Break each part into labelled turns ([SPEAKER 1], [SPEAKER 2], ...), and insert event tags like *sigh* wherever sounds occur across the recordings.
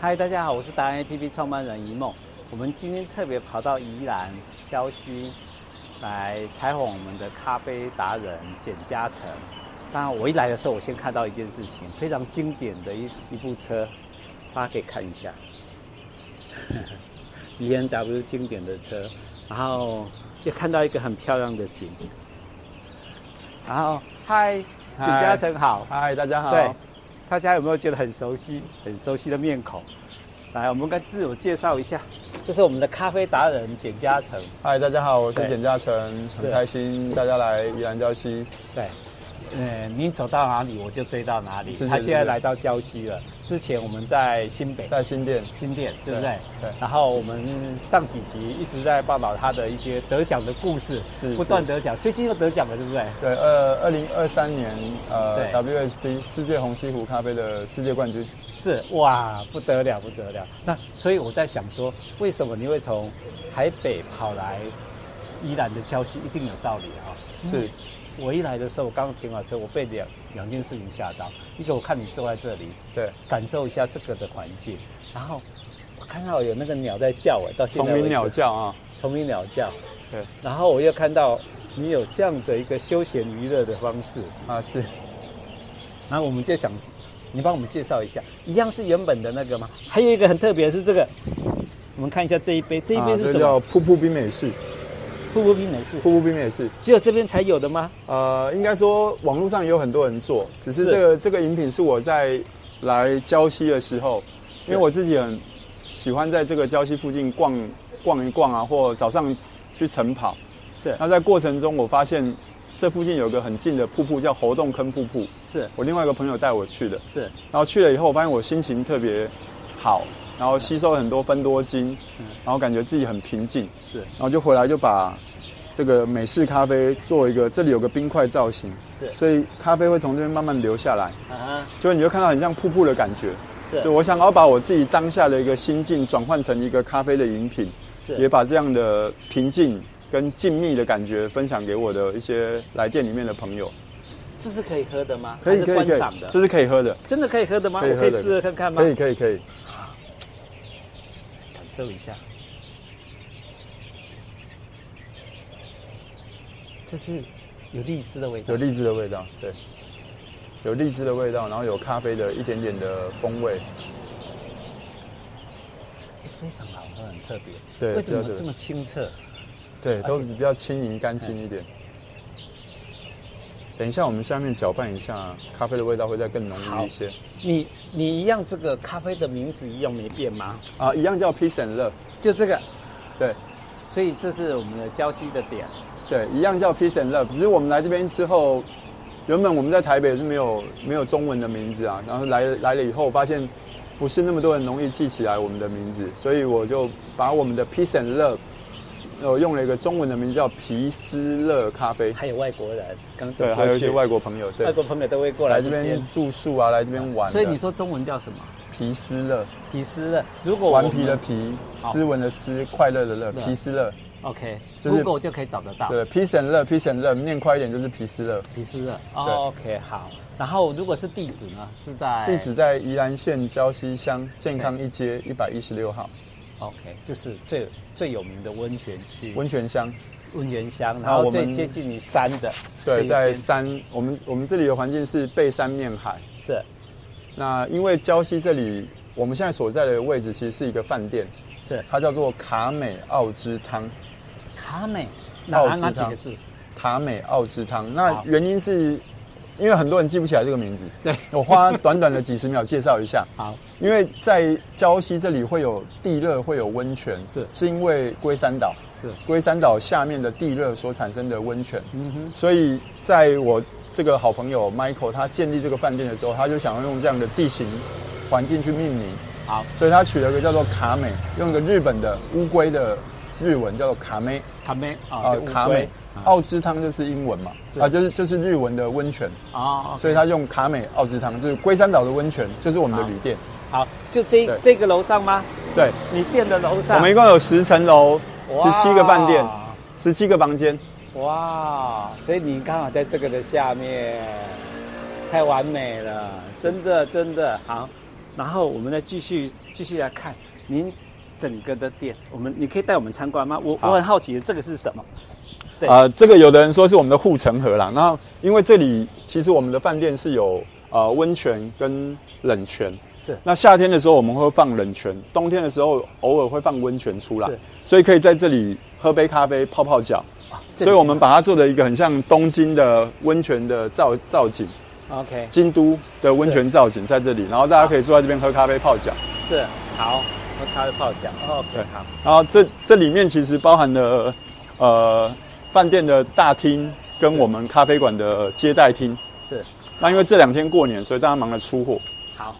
[SPEAKER 1] 嗨，大家好，我是达人 APP 创办人一梦。我们今天特别跑到宜兰礁溪来采访我们的咖啡达人简嘉诚。当然，我一来的时候，我先看到一件事情，非常经典的一一部车，大家可以看一下 *laughs* ，B N W 经典的车，然后又看到一个很漂亮的景，然后嗨，简
[SPEAKER 2] 嗨
[SPEAKER 1] 嘉诚好，
[SPEAKER 2] 嗨，大家好。
[SPEAKER 1] 对，啊大家有没有觉得很熟悉、很熟悉的面孔？来，我们跟自我介绍一下，这是我们的咖啡达人简嘉诚。
[SPEAKER 2] 嗨，大家好，我是
[SPEAKER 1] 对
[SPEAKER 2] 简嘉诚，
[SPEAKER 1] 是
[SPEAKER 2] 很开心大家来宜兰礁溪。
[SPEAKER 1] 对，呃，你走到哪里我就追到哪里。
[SPEAKER 2] 是是
[SPEAKER 1] 他现在
[SPEAKER 2] 是
[SPEAKER 1] 来到礁溪了，之前我们在新北。
[SPEAKER 2] 在新店，
[SPEAKER 1] 新店对不对？
[SPEAKER 2] 对对
[SPEAKER 1] 然后我们上几集一直在报道他的一些得奖的故事，
[SPEAKER 2] 是
[SPEAKER 1] 不断得奖，最近又得奖了，对不对？
[SPEAKER 2] 对，二二零二三年，呃，WSC 世界红西湖咖啡的世界冠军。
[SPEAKER 1] 是哇，不得了，不得了。那所以我在想说，为什么你会从台北跑来宜兰的礁溪，一定有道理哈、
[SPEAKER 2] 是，
[SPEAKER 1] 我一来的时候，我刚停好车，我被两两件事情吓到，一个我看你坐在这里，
[SPEAKER 2] 对，
[SPEAKER 1] 感受一下这个的环境，然后我看到有那个鸟在叫哎，到现在
[SPEAKER 2] 虫
[SPEAKER 1] 为止
[SPEAKER 2] 鸣鸟，叫啊。
[SPEAKER 1] 虫鸣鸟叫，
[SPEAKER 2] 对，
[SPEAKER 1] 然后我又看到你有这样的一个休闲娱乐的方式，
[SPEAKER 2] 啊是，
[SPEAKER 1] 然后我们就想，你帮我们介绍一下，一样是原本的那个吗？还有一个很特别的是这个，我们看一下这一杯，这一杯
[SPEAKER 2] 啊
[SPEAKER 1] 是
[SPEAKER 2] 这
[SPEAKER 1] 什么
[SPEAKER 2] 叫？瀑布冰美式，
[SPEAKER 1] 瀑布冰美式，
[SPEAKER 2] 瀑布冰美式。
[SPEAKER 1] 只有这边才有的吗？
[SPEAKER 2] 呃，应该说网络上也有很多人做，只是
[SPEAKER 1] 是
[SPEAKER 2] 这个这个饮品是我在来礁溪的时候，因为我自己很喜欢在这个礁溪附近逛逛一逛啊，或早上去晨跑。
[SPEAKER 1] 是
[SPEAKER 2] 那在过程中，我发现这附近有个很近的瀑布叫猴洞坑瀑布，
[SPEAKER 1] 是
[SPEAKER 2] 我另外一个朋友带我去的。
[SPEAKER 1] 是
[SPEAKER 2] 然后去了以后，我发现我心情特别好，然后吸收了很多分多精，然后感觉自己很平静，
[SPEAKER 1] 是
[SPEAKER 2] 然后就回来就把这个美式咖啡做一个，这里有个冰块造型，
[SPEAKER 1] 是
[SPEAKER 2] 所以咖啡会从这边慢慢流下来，
[SPEAKER 1] 啊哈，
[SPEAKER 2] 就你就看到很像瀑布的感觉。
[SPEAKER 1] 是
[SPEAKER 2] 就我想要把我自己当下的一个心境转换成一个咖啡的饮品，
[SPEAKER 1] 是
[SPEAKER 2] 也把这样的平静跟静谧的感觉分享给我的一些来店里面的朋友。
[SPEAKER 1] 这是可以喝的吗？
[SPEAKER 2] 可以
[SPEAKER 1] 还
[SPEAKER 2] 可
[SPEAKER 1] 是
[SPEAKER 2] 以
[SPEAKER 1] 观
[SPEAKER 2] 可以
[SPEAKER 1] 赏，的，
[SPEAKER 2] 这是可以喝的，
[SPEAKER 1] 真的可以喝的吗？
[SPEAKER 2] 可以
[SPEAKER 1] 我
[SPEAKER 2] 喝
[SPEAKER 1] 可
[SPEAKER 2] 的
[SPEAKER 1] 以试喝看看吗？
[SPEAKER 2] 可以可以可以。
[SPEAKER 1] 感受一下。这是有荔枝的味道
[SPEAKER 2] 有，荔枝的味道，对，有荔枝的味道，然后有咖啡的一点点的风味，
[SPEAKER 1] 哎非常好喝，很特别。
[SPEAKER 2] 对
[SPEAKER 1] 为什么
[SPEAKER 2] 比较特别
[SPEAKER 1] 这么清澈？
[SPEAKER 2] 对，
[SPEAKER 1] 而
[SPEAKER 2] 都
[SPEAKER 1] 且
[SPEAKER 2] 比较轻盈干净一点。等一下，我们下面搅拌一下，咖啡的味道会再更浓郁一些。
[SPEAKER 1] 你你一样，这个咖啡的名字一样没变吗？
[SPEAKER 2] 啊，一样叫 Peace and Love，
[SPEAKER 1] 就这个，
[SPEAKER 2] 对
[SPEAKER 1] 所以这是我们的礁溪的点。
[SPEAKER 2] 对，一样叫 Peace and Love。只是我们来这边之后，原本我们在台北是没有没有中文的名字啊，然后来来了以后发现不是那么多人容易记起来我们的名字，所以我就把我们的 Peace and Love。呃，用了一个中文的名字叫皮斯乐咖啡，
[SPEAKER 1] 还有外国人刚走
[SPEAKER 2] 对，
[SPEAKER 1] 过
[SPEAKER 2] 还有一
[SPEAKER 1] 去
[SPEAKER 2] 些外国朋友，对
[SPEAKER 1] 外，国朋友都会过来
[SPEAKER 2] 来这边住宿啊，来这边玩的。
[SPEAKER 1] 所以你说中文叫什么？
[SPEAKER 2] 皮斯乐，
[SPEAKER 1] 皮斯乐。如果我
[SPEAKER 2] 顽
[SPEAKER 1] 们
[SPEAKER 2] 皮的皮，
[SPEAKER 1] 好
[SPEAKER 2] 斯哦文的斯，快乐的乐，
[SPEAKER 1] 乐
[SPEAKER 2] 皮斯乐。
[SPEAKER 1] ，OK，
[SPEAKER 2] 就是
[SPEAKER 1] Google 就可以找得到。
[SPEAKER 2] 对，peace and love，peace and love，念快一点就是皮斯乐。
[SPEAKER 1] 皮斯乐。哦 OK，好。然后如果是地址呢？是在
[SPEAKER 2] 地址在宜兰县礁溪乡健康一街一百一十六号
[SPEAKER 1] 嗯 OK，就是最最有名的温泉区，温
[SPEAKER 2] 温泉乡。
[SPEAKER 1] 温泉乡，然
[SPEAKER 2] 那
[SPEAKER 1] 后
[SPEAKER 2] 我
[SPEAKER 1] 最
[SPEAKER 2] 们
[SPEAKER 1] 接近于山的这
[SPEAKER 2] 对，
[SPEAKER 1] 一边，
[SPEAKER 2] 在山，我们我们这里的环境是背山面海。
[SPEAKER 1] 是
[SPEAKER 2] 那因为礁溪这里，我们现在所在的位置其实是一个饭店，
[SPEAKER 1] 是
[SPEAKER 2] 它叫做卡美奥之汤。
[SPEAKER 1] 卡美，
[SPEAKER 2] 奥
[SPEAKER 1] 哪
[SPEAKER 2] 兹
[SPEAKER 1] 哪几
[SPEAKER 2] 汤
[SPEAKER 1] 个字？
[SPEAKER 2] 卡美奥之汤。那
[SPEAKER 1] 好
[SPEAKER 2] 原因是因为很多人记不起来这个名字，
[SPEAKER 1] 对
[SPEAKER 2] 我花短短的几十秒介绍一下。
[SPEAKER 1] *laughs* 好，
[SPEAKER 2] 因为在礁溪这里会有地热，会有温泉，
[SPEAKER 1] 是
[SPEAKER 2] 是因为龟山岛
[SPEAKER 1] 是
[SPEAKER 2] 龟山岛下面的地热所产生的温泉，
[SPEAKER 1] 嗯哼，
[SPEAKER 2] 所以在我这个好朋友 Michael 他建立这个饭店的时候，他就想要用这样的地形环境去命名，
[SPEAKER 1] 好，
[SPEAKER 2] 所以他取了个叫做卡美，用一个日本的乌龟的日文叫做卡美，
[SPEAKER 1] 卡美啊，
[SPEAKER 2] 啊
[SPEAKER 1] 就乌，龟
[SPEAKER 2] 卡美
[SPEAKER 1] 啊，
[SPEAKER 2] 奥之汤就是英文嘛，
[SPEAKER 1] 是
[SPEAKER 2] 啊，就是就是日文的温泉，
[SPEAKER 1] 哦，OK，
[SPEAKER 2] 所以他用卡美奥之汤，就是龟山岛的温泉，就是我们的
[SPEAKER 1] 好
[SPEAKER 2] 旅店。
[SPEAKER 1] 好，就这
[SPEAKER 2] 对
[SPEAKER 1] 这个楼上吗？
[SPEAKER 2] 对，
[SPEAKER 1] 你店的楼上，
[SPEAKER 2] 我们一共有十层楼，十
[SPEAKER 1] 哇
[SPEAKER 2] 七个饭店，十七个房间。
[SPEAKER 1] 哇，所以你刚好在这个的下面，太完美了，真的真的好。然后我们再继续继续来看您整个的店，我们你可以带我们参观吗？我
[SPEAKER 2] 好
[SPEAKER 1] 我很好奇这个是什么？对
[SPEAKER 2] 啊、这个有的人说是我们的护城河啦。然后，因为这里其实我们的饭店是有呃温泉跟冷泉，
[SPEAKER 1] 是
[SPEAKER 2] 那夏天的时候我们会放冷泉，冬天的时候偶尔会放温泉出来
[SPEAKER 1] 是，
[SPEAKER 2] 所以可以在这里喝杯咖啡、泡泡脚。
[SPEAKER 1] 这
[SPEAKER 2] 所
[SPEAKER 1] 里
[SPEAKER 2] 以我们把它做的一个很像东京的温泉的造造景，
[SPEAKER 1] OK
[SPEAKER 2] 京都的温泉造景在这里，然后大家可以坐在这边喝咖啡泡脚。
[SPEAKER 1] 是好，喝咖啡泡脚 OK
[SPEAKER 2] 对
[SPEAKER 1] 好
[SPEAKER 2] 然后这这里面其实包含了呃饭店的大厅跟
[SPEAKER 1] 是
[SPEAKER 2] 我们咖啡馆的接待厅。
[SPEAKER 1] 是
[SPEAKER 2] 那因为这两天过年，所以大家忙着出货，
[SPEAKER 1] 好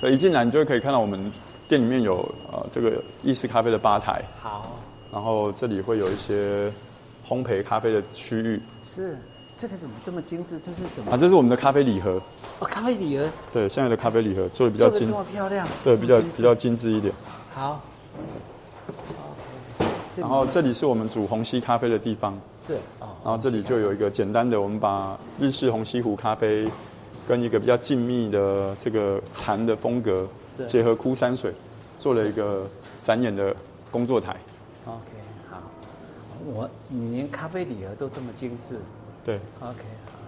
[SPEAKER 2] 所以一进来你就可以看到我们店里面有呃这个意式咖啡的吧台，
[SPEAKER 1] 好
[SPEAKER 2] 然后这里会有一些烘焙咖啡的区域
[SPEAKER 1] 是这个怎么这么精致？这是什
[SPEAKER 2] 啊，
[SPEAKER 1] 么？
[SPEAKER 2] 这是我们的咖啡礼盒，
[SPEAKER 1] 哦，咖啡礼盒
[SPEAKER 2] 对，现在的咖啡礼盒做的比较
[SPEAKER 1] 做的这
[SPEAKER 2] 精，
[SPEAKER 1] 么漂亮，
[SPEAKER 2] 对，
[SPEAKER 1] 这么
[SPEAKER 2] 比较
[SPEAKER 1] 精致
[SPEAKER 2] 比较精致一点。
[SPEAKER 1] 好。是
[SPEAKER 2] 然后这里是我们煮虹吸咖啡的地方，
[SPEAKER 1] 是哦，
[SPEAKER 2] 然后这里就有一个简单的，我们把日式虹吸壶咖啡跟一个比较静谧的这个禅的风格
[SPEAKER 1] 是
[SPEAKER 2] 结合枯山水，做了一个展演的工作台。
[SPEAKER 1] OK，好，我你连咖啡礼盒都这么精致
[SPEAKER 2] 对，
[SPEAKER 1] ，OK，好。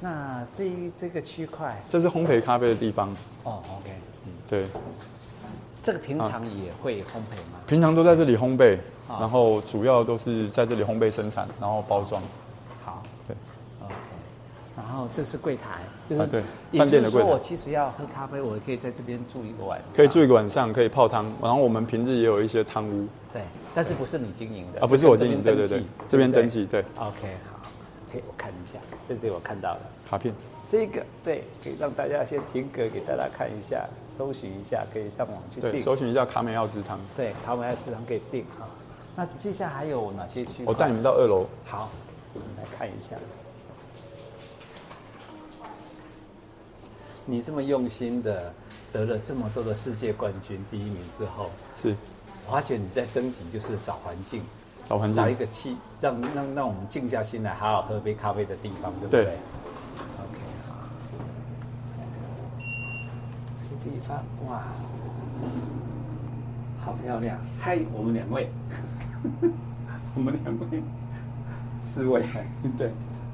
[SPEAKER 1] 那这一这个区块，
[SPEAKER 2] 这是烘焙咖啡的地方。
[SPEAKER 1] 哦，OK，
[SPEAKER 2] 对，
[SPEAKER 1] 这个平常也会烘焙吗？
[SPEAKER 2] 平常都在这里烘焙，
[SPEAKER 1] 啊
[SPEAKER 2] 然后主要都是在这里烘焙生产，然后包装。
[SPEAKER 1] 好
[SPEAKER 2] 对，
[SPEAKER 1] ，OK。然后这是柜台，就
[SPEAKER 2] 啊对
[SPEAKER 1] 也
[SPEAKER 2] 饭
[SPEAKER 1] 就是
[SPEAKER 2] 店的
[SPEAKER 1] 说
[SPEAKER 2] 柜台
[SPEAKER 1] 我其实要喝咖啡，我可以在这边住一个晚上，
[SPEAKER 2] 可以住一个晚上，可以泡汤。然后我们平日也有一些汤屋
[SPEAKER 1] 对，但是不是你经营的
[SPEAKER 2] 啊，不是我经营，
[SPEAKER 1] 这
[SPEAKER 2] 对
[SPEAKER 1] 边
[SPEAKER 2] 对
[SPEAKER 1] 登
[SPEAKER 2] 对
[SPEAKER 1] 记，
[SPEAKER 2] 这边
[SPEAKER 1] 对
[SPEAKER 2] 登记，对，
[SPEAKER 1] OK，好，嘿，我看一下，对对，我看到了。
[SPEAKER 2] 卡片。
[SPEAKER 1] 这个对，可以让大家先听歌给大家看一下，搜寻一下，可以上网去
[SPEAKER 2] 对，
[SPEAKER 1] 订。
[SPEAKER 2] 搜寻一下卡美奥之汤。
[SPEAKER 1] 对，卡美亚自然可以订啊。那接下来还有哪些区块？
[SPEAKER 2] 我带你们到二楼。
[SPEAKER 1] 好，我们来看一下。你这么用心的得了这么多的世界冠军第一名之后，
[SPEAKER 2] 是，
[SPEAKER 1] 我发觉你在升级就是找环境，
[SPEAKER 2] 找环
[SPEAKER 1] 找一
[SPEAKER 2] 境。
[SPEAKER 1] 个气，让让让我们静下心来，好好喝杯咖啡的地方，对不对
[SPEAKER 2] 对
[SPEAKER 1] o k 好。这个地方哇，好漂亮！嗨，我们两 *laughs* 位，我们两位，四位，对，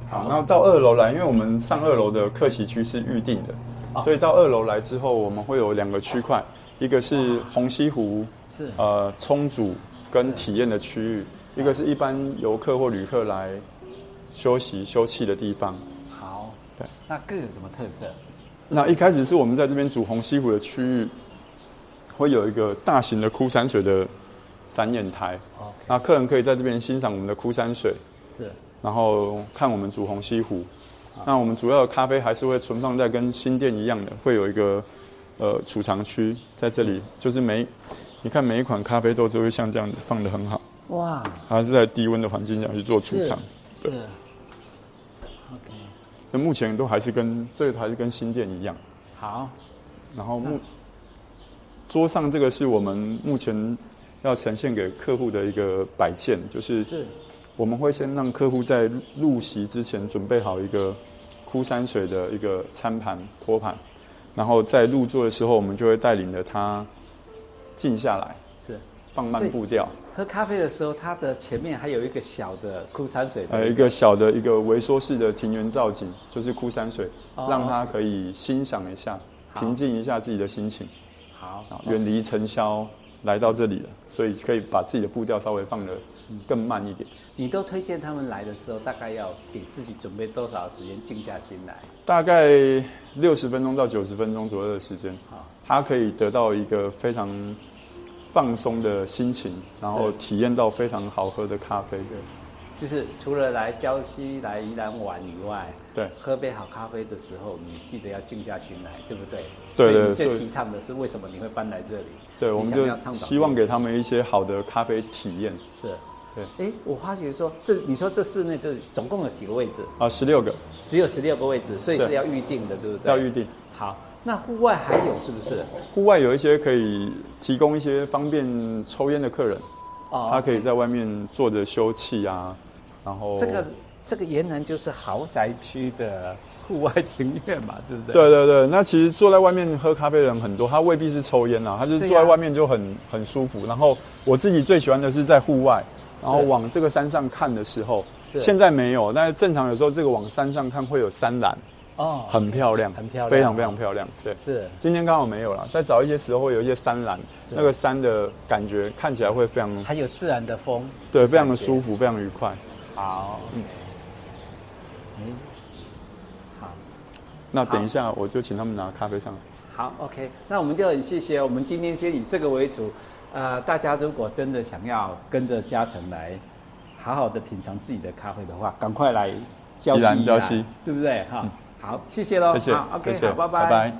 [SPEAKER 2] 好，然后到二楼来，因为我们上二楼的客席区是预定
[SPEAKER 1] 哦
[SPEAKER 2] 的，所以到二楼来之后，我们会有两个区块，一个是红西湖，
[SPEAKER 1] 是
[SPEAKER 2] 呃冲煮跟体验的区域，一个是一般游客或旅客来休息休憩的地方。
[SPEAKER 1] 好，
[SPEAKER 2] 对，
[SPEAKER 1] 那各有什么特色？
[SPEAKER 2] 那一开始是我们在这边煮红西湖的区域，会有一个大型的枯山水的展演台，
[SPEAKER 1] 哦，
[SPEAKER 2] 那客人可以在这边欣赏我们的枯山水，
[SPEAKER 1] 是
[SPEAKER 2] 然后看我们煮红西湖。那我们主要的咖啡还是会存放在跟新店一样的，会有一个呃储藏区在这里，就是每你看每一款咖啡豆都会像这样子放的很好，
[SPEAKER 1] 哇，
[SPEAKER 2] 它是在低温的环境下去做储
[SPEAKER 1] 是
[SPEAKER 2] 藏。
[SPEAKER 1] 是，OK，
[SPEAKER 2] 那目前都还是跟这个还是跟新店一样，
[SPEAKER 1] 好，
[SPEAKER 2] 然后目桌上这个是我们目前要呈现给客户的一个摆件，就是
[SPEAKER 1] 是
[SPEAKER 2] 我们会先让客户在入席之前准备好一个枯山水的一个餐盘托盘，然后在入座的时候，我们就会带领着他静下来，
[SPEAKER 1] 是。
[SPEAKER 2] 放慢步调，
[SPEAKER 1] 喝咖啡的时候，它的前面还有一个小的枯山水的
[SPEAKER 2] 呃，一个小的一个微缩式的庭园造景，就是枯山水，
[SPEAKER 1] 哦
[SPEAKER 2] 让他可以欣赏一下，
[SPEAKER 1] 好
[SPEAKER 2] 平静一下自己的心情，
[SPEAKER 1] 好，
[SPEAKER 2] 啊，远离尘嚣，来到这里了，所以可以把自己的步调稍微放得更慢一点。
[SPEAKER 1] 你都推荐他们来的时候，大概要给自己准备多少时间静下心来？
[SPEAKER 2] 大概六十分钟到九十分钟左右的时间
[SPEAKER 1] 好，
[SPEAKER 2] 他可以得到一个非常放松的心情，然后体验到非常好喝的咖啡。
[SPEAKER 1] 是，就是除了来礁溪、来宜兰玩以外，
[SPEAKER 2] 对
[SPEAKER 1] 喝杯好咖啡的时候，你记得要静下心来，对不对？
[SPEAKER 2] 对对
[SPEAKER 1] 所以你最
[SPEAKER 2] 所以
[SPEAKER 1] 提倡的是为什么你会搬来这里？
[SPEAKER 2] 对，
[SPEAKER 1] 你
[SPEAKER 2] 我们
[SPEAKER 1] 想
[SPEAKER 2] 就
[SPEAKER 1] 要倡导
[SPEAKER 2] 希望给他
[SPEAKER 1] 这件
[SPEAKER 2] 们一些好的咖啡体验
[SPEAKER 1] 事情
[SPEAKER 2] 对
[SPEAKER 1] 是。哎，我发觉说这，你说这室内这总共有几个位置？
[SPEAKER 2] 啊，十六个
[SPEAKER 1] 只有十六个位置，所以是
[SPEAKER 2] 对
[SPEAKER 1] 要预定的，对不对？
[SPEAKER 2] 要预定。
[SPEAKER 1] 好，那户外还有是不是？
[SPEAKER 2] 户外有一些可以提供一些方便抽烟的客人，
[SPEAKER 1] 哦
[SPEAKER 2] 他可以在外面坐着休憩啊，然后
[SPEAKER 1] 这个这个原来就是豪宅区的户外庭院嘛，对不对？
[SPEAKER 2] 对对对，那其实坐在外面喝咖啡的人很多，他未必是抽烟啊啦，他就是
[SPEAKER 1] 对
[SPEAKER 2] 坐在
[SPEAKER 1] 呀
[SPEAKER 2] 外面就很、很舒服。然后我自己最喜欢的是在户外，然后
[SPEAKER 1] 是
[SPEAKER 2] 往这个山上看的时候，
[SPEAKER 1] 是
[SPEAKER 2] 现在没有，但是正常有时候这个往山上看会有山岚，
[SPEAKER 1] 哦，
[SPEAKER 2] 很漂亮，
[SPEAKER 1] 很漂亮
[SPEAKER 2] 非常非
[SPEAKER 1] 哦
[SPEAKER 2] 常漂亮。对，
[SPEAKER 1] 是
[SPEAKER 2] 今天刚好没有了，再早一些时候会有一些山岚，
[SPEAKER 1] 是
[SPEAKER 2] 那个山的感觉看起来会非常
[SPEAKER 1] 还有自然的风。
[SPEAKER 2] 对，非常的
[SPEAKER 1] 感觉
[SPEAKER 2] 舒服，非常愉快。
[SPEAKER 1] 好，嗯，好。
[SPEAKER 2] 那等一下我就请他们拿咖啡上来。
[SPEAKER 1] 好，OK，那我们就很谢谢，我们今天先以这个为主。呃，大家如果真的想要跟着嘉诚来好好的品尝自己的咖啡的话，赶快来交
[SPEAKER 2] 宜
[SPEAKER 1] 西
[SPEAKER 2] 兰
[SPEAKER 1] 宜
[SPEAKER 2] 礁
[SPEAKER 1] 兰
[SPEAKER 2] 溪，
[SPEAKER 1] 对不对？哈、好，谢谢喽，
[SPEAKER 2] 嗯谢谢
[SPEAKER 1] 哦好，OK，
[SPEAKER 2] 谢谢
[SPEAKER 1] 好，
[SPEAKER 2] 拜拜